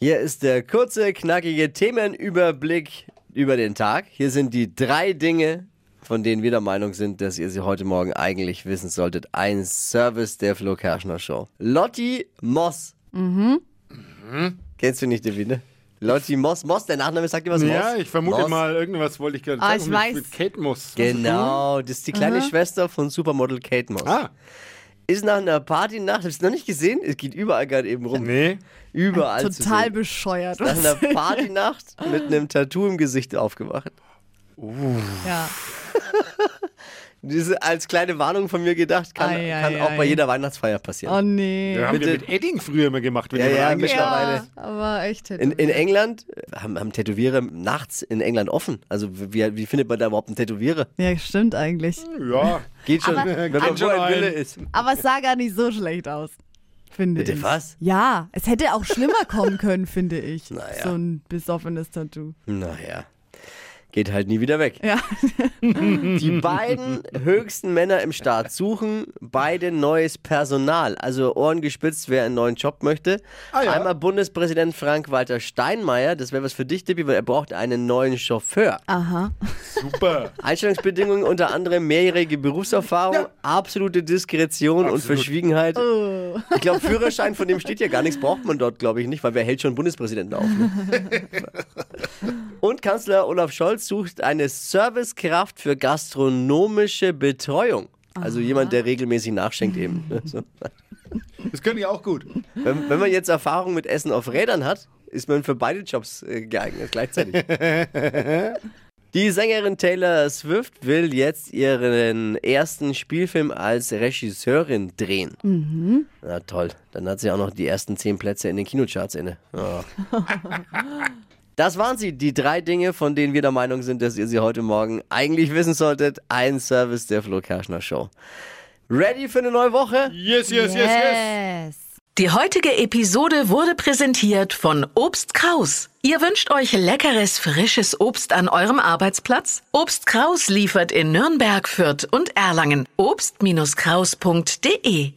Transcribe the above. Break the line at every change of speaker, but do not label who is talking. Hier ist der kurze, knackige Themenüberblick über den Tag. Hier sind die drei Dinge, von denen wir der Meinung sind, dass ihr sie heute Morgen eigentlich wissen solltet. Ein Service der Flo Kerschner Show. Lotti Moss. Mhm.
Mhm.
Kennst du nicht, Devine? Lotti Moss. Moss, der Nachname sagt dir was
Ja,
Moss?
ich vermute
Moss.
mal, irgendwas wollte ich gerade
Ah,
sagen.
ich
mit-
weiß.
Mit Kate Moss.
Genau, das ist die kleine Schwester von Supermodel Kate Moss.
Ah,
Ist nach einer Partynacht, hast du noch nicht gesehen? Es geht überall gerade eben rum.
nee.
Überall zu
Total
sehen.
bescheuert.
Nach einer Partynacht mit einem Tattoo im Gesicht aufgewacht.
ja.
Diese als kleine Warnung von mir gedacht, kann,
Ei, ei,
kann auch
ei.
bei jeder Weihnachtsfeier passieren.
Oh nee.
Wir haben wir
Bitte.
mit Edding früher immer gemacht, wenn
Ja,
jemand
ja,
eingeschlafen
mittlerweile.
ja, aber echt
In,
hätte.
in England haben, haben Tätowierer nachts in England offen. Also wie, wie findet man da überhaupt einen Tätowierer?
Ja, stimmt eigentlich.
Ja,
Geht schon,
Aber-
wenn
Kann
man
schon
wo ein
ein.
Wille ist.
Aber es sah gar nicht so schlecht aus, finde
Bitte
ich.
was?
Ja, es hätte auch schlimmer kommen können, finde ich.
Naja.
So ein besoffenes Tattoo.
Naja, geht halt nie wieder weg.
Ja.
Die beiden höchsten Männer im Staat suchen beide neues Personal. Also Ohren gespitzt, wer einen neuen Job möchte.
Ah, ja.
Einmal Bundespräsident Frank-Walter Steinmeier, das wäre was für dich, Dippi, weil er braucht einen neuen Chauffeur.
Aha.
super.
Einstellungsbedingungen unter anderem mehrjährige Berufserfahrung, absolute Diskretion und Verschwiegenheit. Ich glaube, Führerschein, von dem steht ja gar nichts, braucht man dort, glaube ich, nicht, weil wer hält schon Bundespräsidenten auf? Ne? und Kanzler Olaf Scholz sucht eine Servicekraft für gastronomische Betreuung. Also jemand, der regelmäßig nachschenkt eben. ne, So.
Das könnte ich auch gut.
Wenn, wenn man jetzt Erfahrung mit Essen auf Rädern hat, ist man für beide Jobs äh, geeignet gleichzeitig. Die Sängerin Taylor Swift will jetzt ihren ersten Spielfilm als Regisseurin drehen. Na toll, dann hat sie auch noch die ersten zehn Plätze in den Kinocharts inne. Oh. Das waren sie, die drei Dinge, von denen wir der Meinung sind, dass ihr sie heute Morgen eigentlich wissen solltet. Ein Service der Flo Kerschner Show. Ready für eine neue Woche?
Yes, yes, yes, yes.
Die heutige Episode wurde präsentiert von Obst Kraus. Ihr wünscht euch leckeres, frisches Obst an eurem Arbeitsplatz? Obst Kraus liefert in Nürnberg, Fürth und Erlangen. Obst-Kraus.de